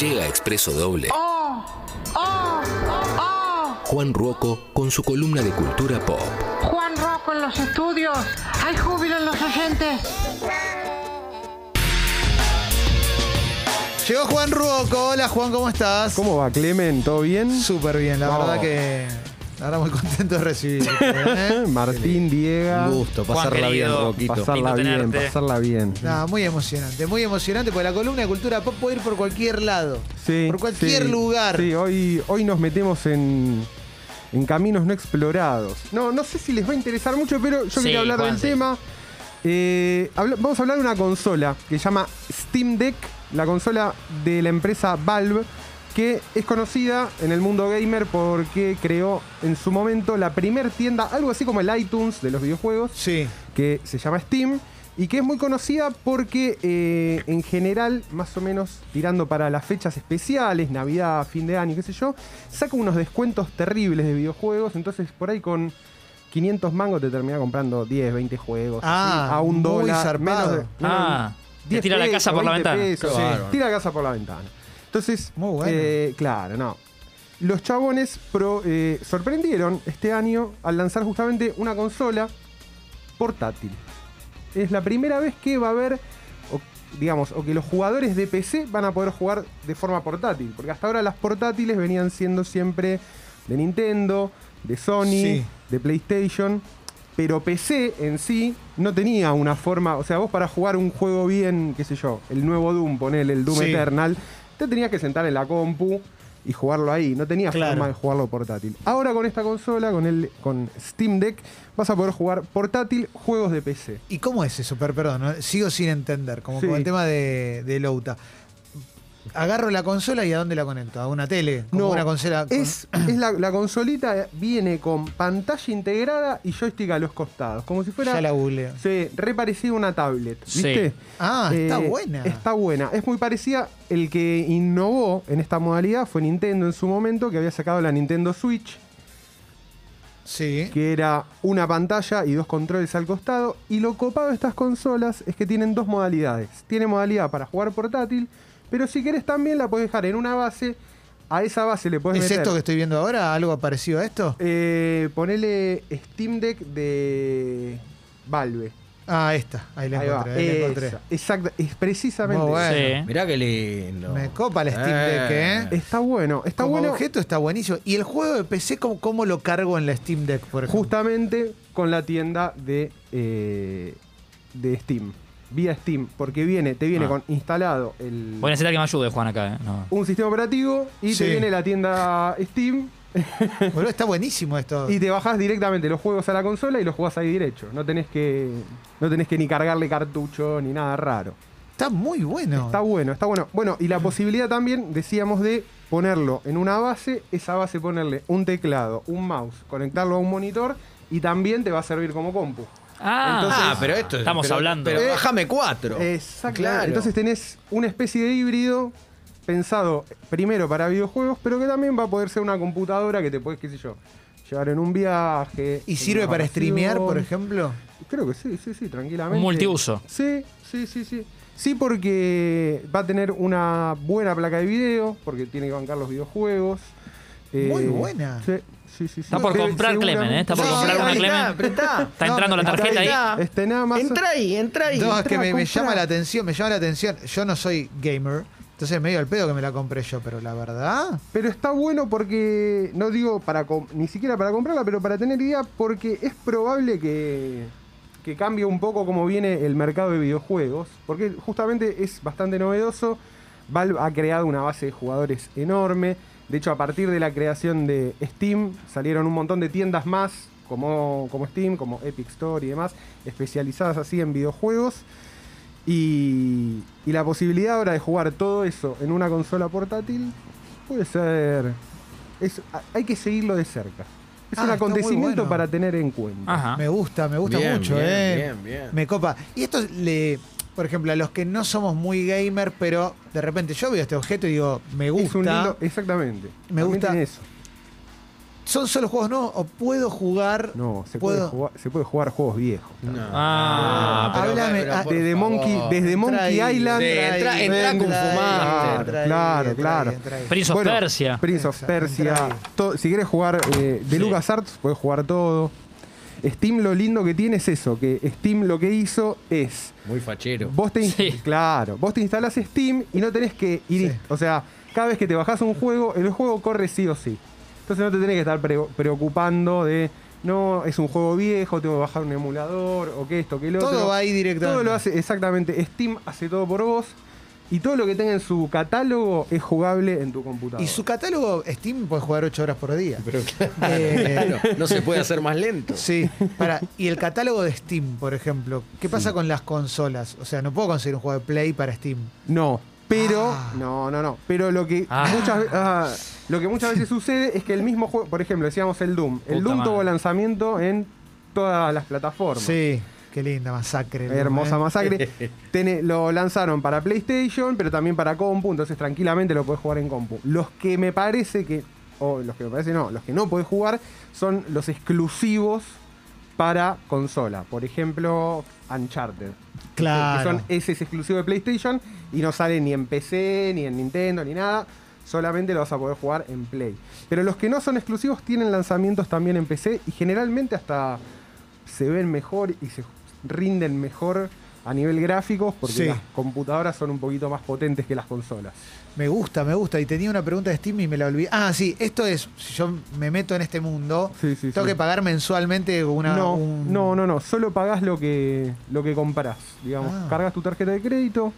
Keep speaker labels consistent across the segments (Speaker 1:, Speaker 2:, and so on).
Speaker 1: Llega Expreso Doble.
Speaker 2: ¡Oh! ¡Oh! ¡Oh!
Speaker 1: Juan Ruoco con su columna de cultura pop.
Speaker 2: Juan Rocco en los estudios. Hay júbilo en los oyentes.
Speaker 3: Llegó Juan Ruoco. Hola Juan, ¿cómo estás?
Speaker 4: ¿Cómo Oh. va, Clemen? ¿Todo bien?
Speaker 3: Súper bien, la
Speaker 4: No.
Speaker 3: verdad que. Ahora muy contento de recibirte. ¿eh?
Speaker 4: Martín, Diega.
Speaker 5: Un gusto,
Speaker 6: Juan,
Speaker 5: pasarla bien,
Speaker 6: querido.
Speaker 5: Roquito.
Speaker 4: Pasarla
Speaker 6: Lindo
Speaker 4: bien,
Speaker 6: tenerte.
Speaker 4: pasarla bien.
Speaker 3: Nada, muy emocionante, muy emocionante, porque la columna de cultura pop puede ir por cualquier lado.
Speaker 4: Sí,
Speaker 3: por cualquier
Speaker 4: sí,
Speaker 3: lugar.
Speaker 4: Sí, hoy, hoy nos metemos en, en caminos no explorados. No, no sé si les va a interesar mucho, pero yo
Speaker 6: Sí,
Speaker 4: quería hablar
Speaker 6: Juan,
Speaker 4: del
Speaker 6: sí.
Speaker 4: tema. Eh, habla- vamos a hablar de una consola que se llama Steam Deck, la consola de la empresa Valve, que es conocida en el mundo gamer porque creó en su momento la primer tienda, algo así como el iTunes de los videojuegos,
Speaker 3: Sí.
Speaker 4: que se llama Steam y que es muy conocida porque eh, en general, más o menos tirando para las fechas especiales, Navidad, fin de año, qué sé yo, saca unos descuentos terribles de videojuegos, entonces por ahí con 500 mangos te termina comprando 10, 20 juegos
Speaker 3: Ah,
Speaker 4: así, a un
Speaker 3: muy
Speaker 4: dólar,
Speaker 3: zarpado.
Speaker 4: menos de- menos de
Speaker 6: Ah, te
Speaker 4: 10
Speaker 6: tira la
Speaker 4: pesos,
Speaker 6: casa por la
Speaker 4: 20
Speaker 6: ventana.
Speaker 4: pesos.
Speaker 5: Qué
Speaker 4: Sí.
Speaker 5: bárbaro.
Speaker 4: Tira la casa por la ventana. Entonces,
Speaker 3: Muy bueno.
Speaker 4: eh, claro, no. Los chabones pro- eh, sorprendieron este año al lanzar justamente una consola portátil. Es la primera vez que va a haber, o, digamos, o que los jugadores de PC van a poder jugar de forma portátil. Porque hasta ahora las portátiles venían siendo siempre de Nintendo, de Sony,
Speaker 3: Sí.
Speaker 4: de PlayStation. Pero PC en sí no tenía una forma. O sea, vos para jugar un juego bien, qué sé yo, el nuevo Doom, ponele, el Doom
Speaker 3: Sí.
Speaker 4: Eternal, te tenías que sentar en la compu y jugarlo ahí. No tenías
Speaker 3: Claro.
Speaker 4: forma de jugarlo portátil. Ahora con esta consola, con el con Steam Deck, vas a poder jugar portátil juegos de PC.
Speaker 3: ¿Y cómo es eso? Per- Perdón, ¿no? sigo sin entender, como
Speaker 4: Sí.
Speaker 3: con el tema de, de Louta. Agarro la consola y ¿a dónde la conecto? ¿A una tele? ¿Como una consola? con-
Speaker 4: es, es la, la consolita eh, viene con pantalla integrada y joystick a los costados, como si fuera
Speaker 3: Ya la googleo.
Speaker 4: se re parecida a una tablet,
Speaker 6: Sí.
Speaker 4: ¿viste? Eh,
Speaker 3: Ah, está buena.
Speaker 4: Está buena, es muy parecida. El que innovó en esta modalidad fue Nintendo en su momento, que había sacado la Nintendo Switch,
Speaker 3: Sí.
Speaker 4: que era una pantalla y dos controles al costado. Y lo copado de estas consolas es que tienen dos modalidades. Tiene modalidad para jugar portátil, pero si querés también la puedes dejar en una base. A esa base le puedes
Speaker 3: ¿Es
Speaker 4: meter.
Speaker 3: esto que estoy viendo ahora? ¿Algo parecido a esto?
Speaker 4: Eh, ponele Steam Deck de Valve.
Speaker 3: Ah, esta. Ahí la
Speaker 4: Ahí va.
Speaker 3: encontré. Ahí la encontré.
Speaker 4: Esa, exacta- es precisamente.
Speaker 3: Muy bueno.
Speaker 6: sí.
Speaker 5: Mirá qué lindo.
Speaker 3: Me copa la Steam Deck, ¿eh?
Speaker 4: eso. Está bueno, está
Speaker 3: Como
Speaker 4: bueno.
Speaker 3: objeto está buenísimo. ¿Y el juego de PC cómo, cómo lo cargo en la Steam Deck, por ejemplo?
Speaker 4: Justamente con la tienda de, eh, de Steam. Vía Steam. Porque viene, te viene
Speaker 6: Ah.
Speaker 4: con instalado el,
Speaker 6: Voy a necesitar que me ayude, Juan, acá. eh. No.
Speaker 4: un sistema operativo y
Speaker 3: Sí.
Speaker 4: te viene la tienda Steam.
Speaker 3: Boludo, está buenísimo esto.
Speaker 4: Y te bajás directamente los juegos a la consola y los jugás ahí derecho. No tenés que. No tenés que ni cargarle cartucho ni nada raro.
Speaker 3: Está muy bueno.
Speaker 4: Está bueno, está bueno. Bueno, y la posibilidad también, decíamos, de ponerlo en una base, esa base ponerle un teclado, un mouse, conectarlo a un monitor y también te va a servir como compu.
Speaker 6: Ah,
Speaker 5: Ah, pero esto es-
Speaker 6: Estamos
Speaker 5: pero-
Speaker 6: hablando.
Speaker 5: Pero bájame cuatro.
Speaker 4: Exacto.
Speaker 5: Claro.
Speaker 4: Entonces tenés una especie de híbrido pensado primero para videojuegos, pero que también va a poder ser una computadora que te puedes, qué sé yo, llevar en un viaje.
Speaker 3: ¿Y
Speaker 4: en
Speaker 3: sirve
Speaker 4: una
Speaker 3: para
Speaker 4: vacación.
Speaker 3: streamear, por ejemplo?
Speaker 4: Creo que sí, sí, sí, tranquilamente.
Speaker 6: Un multiuso.
Speaker 4: Sí, sí, sí, sí. Sí, porque va a tener una buena placa de video, porque tiene que bancar los videojuegos. Eh,
Speaker 3: Muy buena.
Speaker 4: Sí, sí, sí. sí.
Speaker 6: Está por
Speaker 4: Debe-
Speaker 6: comprar, Clemen,
Speaker 4: seguramente-
Speaker 6: ¿eh? Está por
Speaker 3: No,
Speaker 6: comprar una
Speaker 3: ahí
Speaker 6: Clemen. Está entrando la tarjeta ahí.
Speaker 4: Este nada más.
Speaker 5: Entra ahí, entra ahí.
Speaker 3: No, es que me, me
Speaker 4: comprá.
Speaker 3: llama la atención, me llama la atención. Yo no soy gamer, entonces medio al pedo que me la compré yo, pero la verdad.
Speaker 4: Pero está bueno porque, no digo para com- ni siquiera para comprarla, pero para tener idea, porque es probable que, que cambie un poco cómo viene el mercado de videojuegos, porque justamente es bastante novedoso. Valve ha creado una base de jugadores enorme. De hecho, a partir de la creación de Steam, salieron un montón de tiendas más, como, como Steam, como Epic Store y demás, especializadas así en videojuegos. Y, y la posibilidad ahora de jugar todo eso en una consola portátil puede ser. es- a- hay que seguirlo de cerca. Es
Speaker 3: Ah, está
Speaker 4: un
Speaker 3: muy
Speaker 4: acontecimiento
Speaker 3: bueno.
Speaker 4: para tener en cuenta.
Speaker 6: Ajá.
Speaker 3: Me gusta, me gusta
Speaker 5: Bien,
Speaker 3: mucho,
Speaker 5: bien,
Speaker 3: ¿eh?
Speaker 5: bien, bien.
Speaker 3: Me copa. Y esto le. Por ejemplo, a los que no somos muy gamer, pero de repente yo veo este objeto y digo, me
Speaker 4: Es un
Speaker 3: gusta.
Speaker 4: lindo- exactamente.
Speaker 3: Me
Speaker 4: También
Speaker 3: gusta.
Speaker 4: tiene eso.
Speaker 3: ¿Son solo juegos no? ¿O puedo jugar?
Speaker 4: No, se puede,
Speaker 3: puedo.
Speaker 4: jugar, se puede jugar juegos viejos.
Speaker 6: Ah,
Speaker 3: pero- Háblame, ah,
Speaker 5: por
Speaker 4: Desde Monkey,
Speaker 5: favor.
Speaker 4: desde Monkey
Speaker 5: Entra ahí,
Speaker 4: Island.
Speaker 5: de- entra- entra
Speaker 4: Ven,
Speaker 5: con
Speaker 4: entra ahí,
Speaker 5: fumante.
Speaker 4: Claro, claro, claro.
Speaker 6: Prince of
Speaker 4: Bueno,
Speaker 6: Persia.
Speaker 4: Prince of
Speaker 3: Exacto,
Speaker 4: Persia.
Speaker 3: entra ahí.
Speaker 4: todo- si quieres jugar eh, de
Speaker 6: Sí.
Speaker 4: LucasArts, puedes jugar todo. Steam lo lindo que tiene es eso, que Steam lo que hizo es
Speaker 5: Muy fachero.
Speaker 4: Vos te in-
Speaker 6: Sí.
Speaker 4: Claro, vos te instalás Steam y no tenés que ir.
Speaker 3: Sí.
Speaker 4: O sea, cada vez que te bajás un juego, el juego corre sí o sí. Entonces no te tenés que estar pre- preocupando de. No, es un juego viejo, tengo que bajar un emulador, o que esto, que lo otro.
Speaker 3: Todo va ahí directamente.
Speaker 4: Todo lo hace, exactamente. Steam hace todo por vos. Y todo lo que tenga en su catálogo es jugable en tu computadora.
Speaker 3: Y su catálogo Steam puede jugar 8 horas por día.
Speaker 5: Pero claro,
Speaker 3: Eh,
Speaker 5: claro, no se puede hacer más lento.
Speaker 3: Sí, para, y el catálogo de Steam, por ejemplo, ¿qué pasa con las consolas? O sea, no puedo conseguir un juego de Play para Steam.
Speaker 4: No, pero.
Speaker 3: Ah.
Speaker 4: No, no, no. Pero lo que
Speaker 6: Ah.
Speaker 4: muchas ve- ah, lo que muchas veces sucede es que el mismo juego, por ejemplo, decíamos el Doom. El
Speaker 6: Puta
Speaker 4: Doom
Speaker 6: madre.
Speaker 4: tuvo lanzamiento en todas las plataformas.
Speaker 3: Sí, qué linda masacre. ¿no?
Speaker 4: Hermosa
Speaker 3: ¿Eh?
Speaker 4: masacre. Tene- lo lanzaron para PlayStation, pero también para compu, entonces tranquilamente lo podés jugar en compu. Los que me parece que. O los que me parece no, los que no podés jugar son los exclusivos para consola. Por ejemplo, Uncharted. Que
Speaker 3: Claro.
Speaker 4: son, eh, ese es exclusivo de PlayStation y no sale ni en PC, ni en Nintendo, ni nada. Solamente lo vas a poder jugar en Play. Pero los que no son exclusivos tienen lanzamientos también en PC y generalmente hasta se ven mejor y se rinden mejor a nivel gráficos porque
Speaker 3: Sí.
Speaker 4: las computadoras son un poquito más potentes que las consolas.
Speaker 3: Me gusta, me gusta. Y tenía una pregunta de Steam y me la olvidé. Ah, sí, esto es, si yo me meto en este mundo,
Speaker 4: Sí, sí,
Speaker 3: tengo
Speaker 4: sí.
Speaker 3: que pagar mensualmente una...
Speaker 4: no,
Speaker 3: un-
Speaker 4: no, no, no. Solo pagás lo que, lo que compras. Digamos,
Speaker 3: Ah.
Speaker 4: cargas tu tarjeta de crédito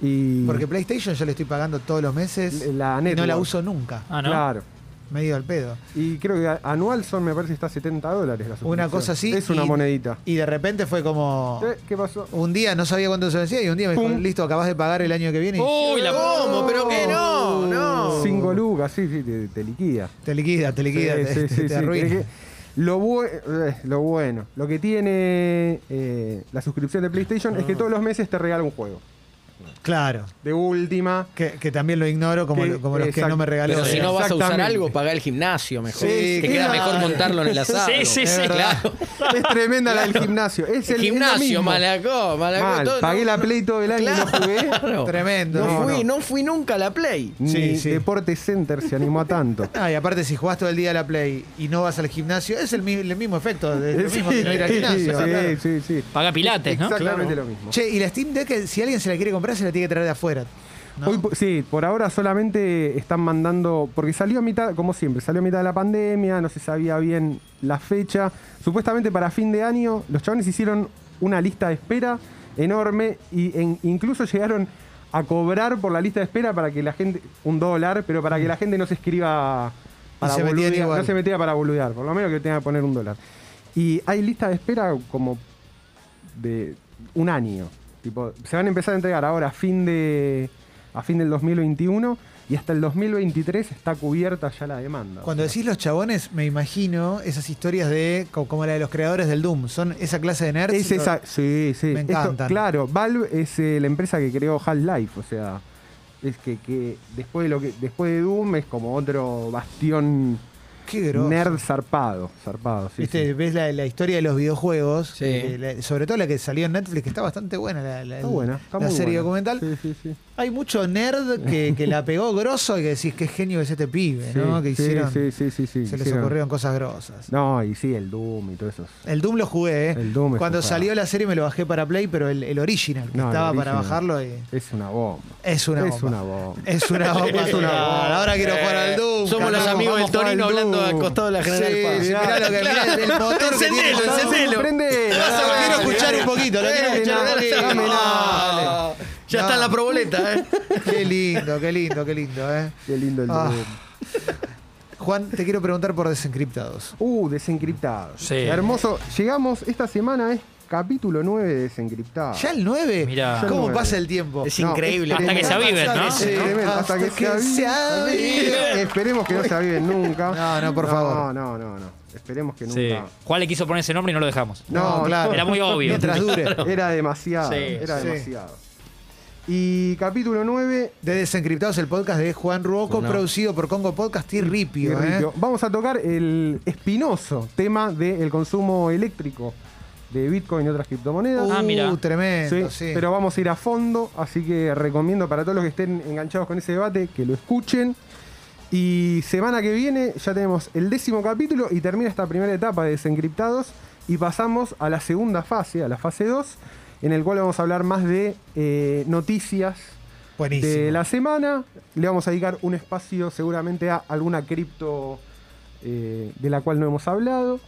Speaker 4: y.
Speaker 3: Porque PlayStation yo le estoy pagando todos los meses
Speaker 4: La
Speaker 3: y no la
Speaker 4: network.
Speaker 3: uso nunca.
Speaker 6: Ah, ¿no?
Speaker 4: Claro.
Speaker 3: Medio al pedo.
Speaker 4: Y creo que a- anual son, me parece, que está a 70 dólares la suscripción.
Speaker 3: Una cosa así.
Speaker 4: Es una
Speaker 3: y- Ah.
Speaker 4: monedita.
Speaker 3: Y de repente fue como...
Speaker 4: Eh, ¿Qué pasó?
Speaker 3: Un día no sabía cuánto se vencía y un día me dijo,
Speaker 4: Pum.
Speaker 3: listo, acabas de pagar el año que viene y
Speaker 5: Oh.
Speaker 6: Uy, la
Speaker 5: ¿Cómo? Pero que no, no.
Speaker 4: 5 lucas, sí, sí, te, te liquida.
Speaker 3: te liquida, te liquida,
Speaker 4: Sí,
Speaker 3: te,
Speaker 4: sí,
Speaker 3: te-
Speaker 4: sí,
Speaker 3: te
Speaker 4: sí,
Speaker 3: arruina.
Speaker 4: tenés que- Lo, bu- eh, lo bueno, lo que tiene eh, la suscripción de PlayStation es que todos los meses te regala un juego.
Speaker 3: Claro,
Speaker 4: De última.
Speaker 3: que, que también lo ignoro como,
Speaker 4: Que-
Speaker 3: lo- como los que
Speaker 4: exacto.
Speaker 3: no me regaló.
Speaker 5: Pero si no vas a usar
Speaker 4: Exactamente.
Speaker 5: algo, paga el gimnasio mejor.
Speaker 3: Sí,
Speaker 5: Te queda
Speaker 3: claro.
Speaker 5: mejor montarlo en el asado.
Speaker 6: Sí, sí, sí.
Speaker 5: Claro.
Speaker 4: Es tremenda la del gimnasio. Es el,
Speaker 5: El
Speaker 4: es lo
Speaker 5: gimnasio,
Speaker 4: mismo.
Speaker 5: Malacó, Malacó.
Speaker 4: Mal,
Speaker 5: todo-
Speaker 4: Pagué
Speaker 5: no,
Speaker 4: la
Speaker 5: no,
Speaker 4: Play todo el año y no jugué.
Speaker 5: claro.
Speaker 3: Tremendo.
Speaker 5: No,
Speaker 4: No,
Speaker 5: fui,
Speaker 4: no.
Speaker 5: no. fui nunca a la Play.
Speaker 4: Ni
Speaker 3: Sí, sí.
Speaker 4: Deporte Center se animó a tanto.
Speaker 3: Ah, y aparte si jugás todo el día a la Play y no vas al gimnasio, es el, mi- el mismo efecto, es lo mismo que no ir al gimnasio.
Speaker 4: sí,
Speaker 3: claro.
Speaker 4: sí, sí.
Speaker 6: Paga pilates, ¿no?
Speaker 4: Exactamente lo mismo.
Speaker 3: Che, y la Steam Deck, eh, si alguien se la quiere comprar, se la tiene que traer de afuera. ¿no?
Speaker 4: Hoy po- sí, por ahora solamente están mandando, porque salió a mitad, como siempre, salió a mitad de la pandemia, no se sabía bien la fecha. Supuestamente para fin de año, los chavales hicieron una lista de espera enorme y en- incluso llegaron a cobrar por la lista de espera para que la gente, un dólar, pero para que la gente no se escriba para
Speaker 3: se metían
Speaker 4: boludear,
Speaker 3: igual.
Speaker 4: no se metía para boludear, por lo menos que tenga que poner un dólar. Y hay lista de espera como de un año. Tipo, se van a empezar a entregar ahora a fin de a fin del 2021 y hasta el 2023 está cubierta ya la demanda.
Speaker 3: Cuando decís los chabones, me imagino esas historias de co- como la de los creadores del Doom. Son esa clase de nerds.
Speaker 4: es esa, sí, sí.
Speaker 3: Me
Speaker 4: Esto-
Speaker 3: encantan.
Speaker 4: claro, Valve es eh, la empresa que creó Half-Life, o sea, es que, que después de lo que después de Doom es como otro bastión
Speaker 3: Qué grosso.
Speaker 4: nerd zarpado, zarpado, sí,
Speaker 3: Viste,
Speaker 4: sí.
Speaker 3: Ves la, la historia de los videojuegos,
Speaker 5: Sí.
Speaker 3: eh, la- sobre todo la que salió en Netflix, que está bastante buena la, la-
Speaker 4: Está buena, está
Speaker 3: la
Speaker 4: muy
Speaker 3: serie
Speaker 4: buena.
Speaker 3: documental.
Speaker 4: Sí, sí, sí.
Speaker 3: Hay mucho nerd que, que la pegó grosso y que decís qué genio es este pibe,
Speaker 4: Sí,
Speaker 3: ¿no? Que
Speaker 4: sí,
Speaker 3: hicieron,
Speaker 4: sí, sí, sí, sí,
Speaker 3: se les
Speaker 4: hicieron.
Speaker 3: ocurrieron cosas grosas.
Speaker 4: No, y sí, el Doom y todo eso.
Speaker 3: El Doom lo jugué, ¿eh?
Speaker 4: El Doom es
Speaker 3: Cuando
Speaker 4: un
Speaker 3: salió la serie me lo bajé para Play, pero el, el original, que
Speaker 4: No, el
Speaker 3: estaba para
Speaker 4: original.
Speaker 3: bajarlo, eh,
Speaker 4: Es una bomba.
Speaker 3: es una
Speaker 4: es
Speaker 3: bomba.
Speaker 4: una bomba.
Speaker 3: Es una bomba.
Speaker 4: Es una
Speaker 3: total.
Speaker 4: bomba.
Speaker 3: Ahora quiero jugar al Doom.
Speaker 5: Eh, Somos los
Speaker 3: carajo.
Speaker 5: amigos del
Speaker 4: vamos a jugar
Speaker 5: Torino
Speaker 4: al
Speaker 5: hablando al
Speaker 4: Doom.
Speaker 5: costado de la
Speaker 3: Sí,
Speaker 5: General Paz.
Speaker 3: sí, mirá lo que mirá el motor que tiene.
Speaker 5: Encendelo, encendelo.
Speaker 4: Prende.
Speaker 3: Lo quiero escuchar un poquito, lo quiero
Speaker 5: Eh,
Speaker 3: escuchar un
Speaker 5: no,
Speaker 3: poquito.
Speaker 5: dame,
Speaker 4: Ah,
Speaker 5: no. Ya
Speaker 3: No.
Speaker 5: está en la proboleta, ¿eh?
Speaker 3: Qué lindo, qué lindo, qué lindo, ¿eh?
Speaker 4: Qué lindo el
Speaker 3: Ah.
Speaker 4: Doom.
Speaker 3: Juan, te quiero preguntar por desencriptados.
Speaker 4: Uh, desencriptado.
Speaker 6: Sí.
Speaker 4: Hermoso. Llegamos, esta semana es capítulo 9 de desencriptado.
Speaker 3: ¿Ya el 9?
Speaker 6: Mirá. Ya
Speaker 4: Ah. el
Speaker 3: ¿Cómo
Speaker 4: nueve.
Speaker 3: pasa el tiempo?
Speaker 5: Es
Speaker 4: No,
Speaker 5: increíble.
Speaker 4: es
Speaker 6: Hasta que se aviven, ¿no?
Speaker 4: Es
Speaker 3: Sí,
Speaker 4: tremendo, hasta, que, se aviven.
Speaker 3: aviven.
Speaker 4: Esperemos que no se aviven nunca.
Speaker 3: No, no, por favor.
Speaker 4: No, no, no, no. Esperemos que nunca.
Speaker 6: Sí. Juan le quiso poner ese nombre y no lo dejamos.
Speaker 4: No, claro.
Speaker 6: Era muy obvio.
Speaker 3: Mientras dure.
Speaker 4: Era demasiado.
Speaker 5: Sí,
Speaker 4: era
Speaker 3: sí.
Speaker 4: demasiado. Y capítulo 9,
Speaker 3: De Desencriptados, el podcast de Juan Ruoco, producido por Congo Podcast y
Speaker 4: y
Speaker 3: Ripio. ¿eh?
Speaker 4: Ripio. Vamos a tocar el espinoso tema del consumo eléctrico de Bitcoin y otras criptomonedas.
Speaker 3: Uh,
Speaker 6: Ah, mira.
Speaker 3: Tremendo, sí.
Speaker 4: Sí, Pero vamos a ir a fondo, así que recomiendo para todos los que estén enganchados con ese debate que lo escuchen. Y semana que viene ya tenemos el décimo capítulo y termina esta primera etapa de desencriptados y pasamos a la segunda fase, a la fase 2, en el cual vamos a hablar más de eh, noticias
Speaker 3: Buenísimo.
Speaker 4: de la semana. Le vamos a dedicar un espacio seguramente a alguna cripto eh, de la cual no hemos hablado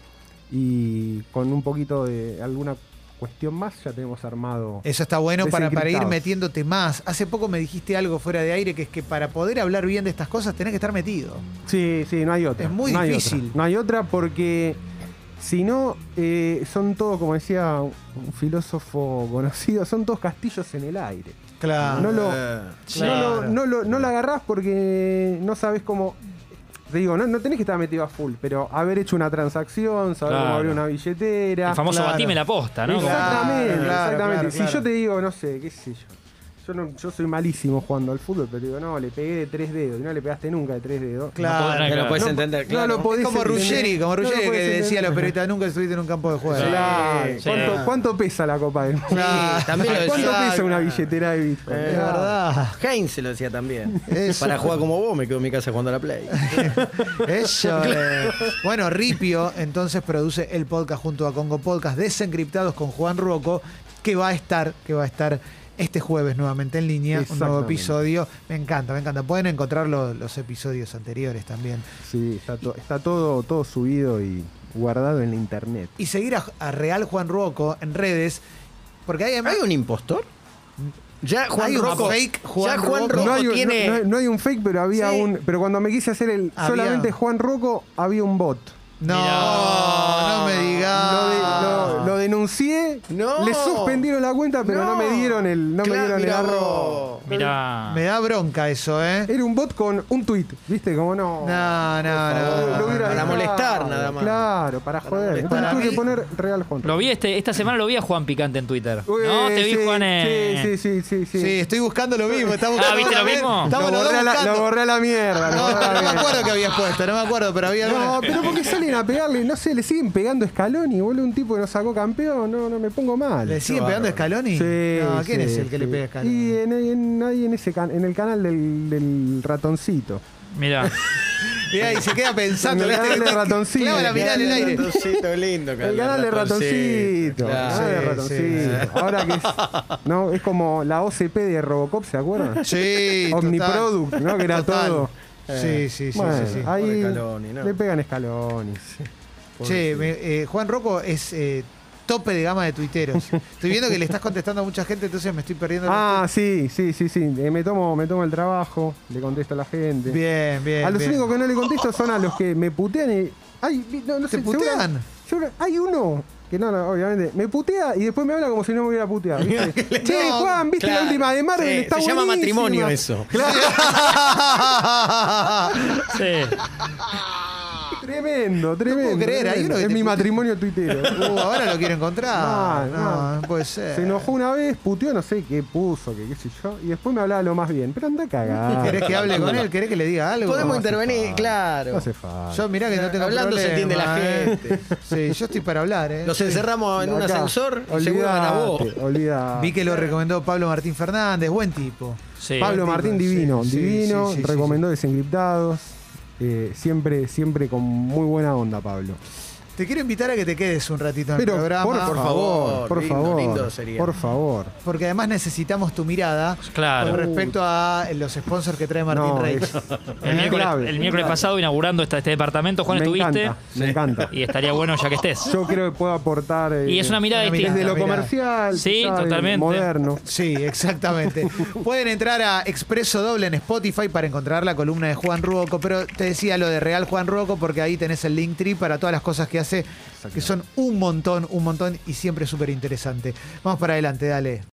Speaker 4: y con un poquito de alguna cuestión más ya tenemos armado.
Speaker 3: Eso está bueno para, para ir
Speaker 4: Desencriptados.
Speaker 3: metiéndote más. Hace poco me dijiste algo fuera de aire, que es que para poder hablar bien de estas cosas tenés que estar metido.
Speaker 4: Sí, sí, no hay otra.
Speaker 3: Es muy
Speaker 4: No hay
Speaker 3: difícil.
Speaker 4: otra. no hay otra porque si no, eh, son todos, como decía un filósofo conocido, son todos castillos en el aire.
Speaker 3: Claro.
Speaker 4: No lo,
Speaker 3: Claro.
Speaker 4: no, lo, no, lo, no la agarrás porque no sabes cómo... Te digo, no, no tenés que estar metido a full, pero haber hecho una transacción, saber cómo
Speaker 6: Claro.
Speaker 4: abrir una billetera.
Speaker 6: El famoso
Speaker 3: Claro.
Speaker 6: batime la posta, ¿no?
Speaker 3: Exacto.
Speaker 4: Exactamente,
Speaker 3: Claro, claro,
Speaker 4: exactamente.
Speaker 3: claro, claro.
Speaker 4: Si yo te digo, no sé, qué sé yo. Yo, no- yo soy malísimo jugando al fútbol, pero te digo, no, le pegué de tres dedos. Y no le pegaste nunca de tres dedos.
Speaker 3: Claro.
Speaker 5: Que lo puedes
Speaker 4: No,
Speaker 5: entender,
Speaker 4: no
Speaker 5: claro.
Speaker 4: lo podés
Speaker 3: Es como
Speaker 4: entender.
Speaker 3: Ruggeri, como
Speaker 4: No lo
Speaker 3: Ruggeri que
Speaker 4: podés
Speaker 3: decía a los
Speaker 4: entender.
Speaker 3: periodistas, nunca estuviste en un campo de juego.
Speaker 4: Claro.
Speaker 6: Sí.
Speaker 4: ¿Cuánto, cuánto pesa la copa de
Speaker 5: Sí, también lo
Speaker 3: Ah,
Speaker 5: decía.
Speaker 4: ¿Cuánto pesa una billetera de Bitcoin?
Speaker 3: Es
Speaker 5: Claro.
Speaker 3: verdad.
Speaker 5: Heinz se lo decía también.
Speaker 3: Eso.
Speaker 5: Para jugar como vos me quedo en mi casa jugando a la Play.
Speaker 3: Eso. eh. Bueno, Ripio entonces produce el podcast junto a Congo Podcast Desencriptados con Juan Ruoco, que va a estar, que va a estar este jueves nuevamente en línea, un nuevo
Speaker 4: Exactamente.
Speaker 3: episodio. Me encanta, me encanta. Pueden encontrar lo- los episodios anteriores también.
Speaker 4: Sí, está, to- está todo, todo subido y guardado en la internet.
Speaker 3: Y seguir a, a Real Juan Ruoco en redes, porque hay además
Speaker 5: ¿Hay un impostor? Ya Juan
Speaker 3: Hay un
Speaker 5: Rocco,
Speaker 3: fake Juan
Speaker 5: ya Juan
Speaker 3: Rocco.
Speaker 5: Rocco
Speaker 4: no, hay, un-
Speaker 5: tiene.
Speaker 4: no- no hay- no hay un fake, pero había
Speaker 5: Sí.
Speaker 4: un. Pero cuando me quise hacer el
Speaker 3: Había-
Speaker 4: solamente Juan Rocco, había un bot.
Speaker 3: No,
Speaker 6: Mirá.
Speaker 3: no me
Speaker 4: Lo, de-
Speaker 3: digas.
Speaker 4: lo- lo denuncié,
Speaker 5: Ah. No.
Speaker 4: le suspendieron la cuenta, pero no, me dieron el, no
Speaker 5: Claro,
Speaker 4: me dieron el
Speaker 5: mirá
Speaker 4: arroz.
Speaker 5: vos.
Speaker 6: Mirá.
Speaker 3: Ah. Me da bronca eso, ¿eh?
Speaker 4: Era un bot con un tweet, ¿viste? Como no.
Speaker 3: No, no,
Speaker 4: Lo-
Speaker 3: no.
Speaker 4: lo hubiera
Speaker 5: Para
Speaker 4: dejado.
Speaker 5: molestar, nada más.
Speaker 4: Claro, para joder.
Speaker 5: molestar.
Speaker 4: Entonces
Speaker 3: Para
Speaker 4: tuve
Speaker 3: mí-
Speaker 4: que poner real Juan.
Speaker 6: Lo vi este, esta semana lo vi a Juan Picante en Twitter.
Speaker 4: Uy,
Speaker 6: no, te vi,
Speaker 4: sí,
Speaker 6: Juan. eh.
Speaker 4: Sí, sí, sí, sí. sí.
Speaker 3: Sí, estoy buscando lo mismo. Estamos
Speaker 6: Ah, ¿viste lo mismo?
Speaker 4: Lo,
Speaker 3: Estamos los dos
Speaker 4: borré a la,
Speaker 3: buscando.
Speaker 4: lo borré a la mierda. lo
Speaker 3: No,
Speaker 4: borré a la
Speaker 3: no me
Speaker 4: mierda.
Speaker 3: acuerdo que habías puesto, no me acuerdo, pero había
Speaker 4: No,
Speaker 3: alguna-
Speaker 4: pero porque salen a pegarle, no sé, le siguen pegando Scaloni, boludo, un tipo que nos sacó campeón, no, no me pongo mal.
Speaker 3: ¿Le siguen pegando a Scaloni?
Speaker 4: Sí,
Speaker 3: no, ¿quién
Speaker 4: sí,
Speaker 3: es el que le
Speaker 4: sí.
Speaker 3: pega a Scaloni?
Speaker 4: Y en, en- ahí en ese can- en el canal del, del ratoncito.
Speaker 6: Mirá.
Speaker 3: Mirá, y se queda pensando.
Speaker 4: En el
Speaker 3: ¿viste?
Speaker 4: canal de
Speaker 3: Clava
Speaker 4: ratoncito.
Speaker 3: la mirada en el aire.
Speaker 5: Ratoncito lindo,
Speaker 4: El canal de ratoncito. El
Speaker 5: claro.
Speaker 4: canal de
Speaker 3: Sí,
Speaker 4: ratoncito. Ahora que es, no, es como la OCP de Robocop, ¿se acuerdan?
Speaker 3: Sí, total.
Speaker 4: Omniproduct, ¿no? Que era
Speaker 3: Total.
Speaker 4: todo.
Speaker 3: Sí, sí, sí,
Speaker 4: Bueno,
Speaker 3: sí, sí.
Speaker 4: ahí
Speaker 5: Pobre Scaloni, ¿no?
Speaker 4: le pegan escalones.
Speaker 3: Che, me- eh, Juan Rocco es eh, tope de gama de tuiteros. Estoy viendo que le estás contestando a mucha gente, entonces me estoy perdiendo. los
Speaker 4: Ah, sí, sí, sí, sí. Eh, me, tomo, me tomo el trabajo, le contesto a la gente.
Speaker 3: tuit- Bien, bien.
Speaker 4: a los
Speaker 3: bien.
Speaker 4: únicos que no le contesto son a los que me putean y. Ay, vi- no, no
Speaker 3: ¿Te
Speaker 4: sé,
Speaker 3: putean?
Speaker 4: seguro- seguro- hay uno que no, no, obviamente, me putea y después me habla como si no me hubiera puteado. ¿viste? che,
Speaker 3: No,
Speaker 4: Juan, ¿viste la
Speaker 5: claro,
Speaker 4: última de Marvel?
Speaker 5: sí,
Speaker 4: Está
Speaker 5: se llama
Speaker 4: buenísima.
Speaker 5: matrimonio eso.
Speaker 6: Sí.
Speaker 4: Tremendo, tremendo.
Speaker 3: creer, hay uno
Speaker 4: tremendo.
Speaker 3: que
Speaker 4: es
Speaker 3: te
Speaker 4: mi
Speaker 3: putea.
Speaker 4: matrimonio tuitero.
Speaker 3: Uh, ahora lo quiero encontrar.
Speaker 4: Mal,
Speaker 3: no,
Speaker 4: mal.
Speaker 3: no puede ser.
Speaker 4: Se enojó una vez, puteó, no sé qué puso, que qué sé yo, y después me hablaba lo más bien. Pero anda a cagar.
Speaker 3: ¿Querés que hable con él? ¿Querés que le diga algo?
Speaker 5: Podemos intervenir, claro.
Speaker 4: No hace falta.
Speaker 3: Yo mirá que no tengo
Speaker 5: Hablando se
Speaker 3: problema,
Speaker 5: entiende la
Speaker 3: ¿eh?
Speaker 5: gente.
Speaker 3: Sí, yo estoy para hablar, ¿eh?
Speaker 5: Los encerramos en un
Speaker 4: Acá.
Speaker 5: ascensor y
Speaker 4: Olvidate,
Speaker 5: seguro van a vos.
Speaker 4: olvidate.
Speaker 3: Vi que lo recomendó Pablo Martín Fernández, buen tipo.
Speaker 6: Sí.
Speaker 4: Pablo
Speaker 3: Sí,
Speaker 4: Martín
Speaker 3: sí,
Speaker 4: Divino,
Speaker 3: sí,
Speaker 4: Divino,
Speaker 3: sí, sí, sí,
Speaker 4: recomendó Desencriptados. eh, siempre, siempre con muy buena onda, Pablo.
Speaker 3: Te quiero invitar a que te quedes un ratito en
Speaker 4: Pero
Speaker 3: el
Speaker 4: por,
Speaker 3: programa.
Speaker 4: por favor, por
Speaker 5: lindo,
Speaker 4: favor,
Speaker 5: lindo sería.
Speaker 4: por favor.
Speaker 3: Porque además necesitamos tu mirada con
Speaker 6: Claro.
Speaker 3: respecto a los sponsors que trae Martín
Speaker 4: No,
Speaker 3: Reich.
Speaker 4: es-
Speaker 6: El
Speaker 4: es
Speaker 6: miércoles,
Speaker 4: clave.
Speaker 6: el miércoles pasado inaugurando esta- este departamento, Juan,
Speaker 4: me
Speaker 6: estuviste.
Speaker 4: encanta, me encanta.
Speaker 6: Y estaría bueno ya que estés.
Speaker 4: Yo creo que puedo aportar. eh,
Speaker 6: Y es una mirada
Speaker 3: Una
Speaker 6: distinta.
Speaker 3: mirada.
Speaker 4: desde lo
Speaker 3: mirada.
Speaker 4: comercial,
Speaker 6: Sí,
Speaker 4: quizá, de
Speaker 6: totalmente.
Speaker 4: moderno.
Speaker 3: Sí, exactamente. Pueden entrar a Expreso Doble en Spotify para encontrar la columna de Juan Ruoco, pero te decía lo de Real Juan Ruoco porque ahí tenés el link tree para todas las cosas que hace, que son un montón, un montón y siempre súper interesante. Vamos para adelante, dale.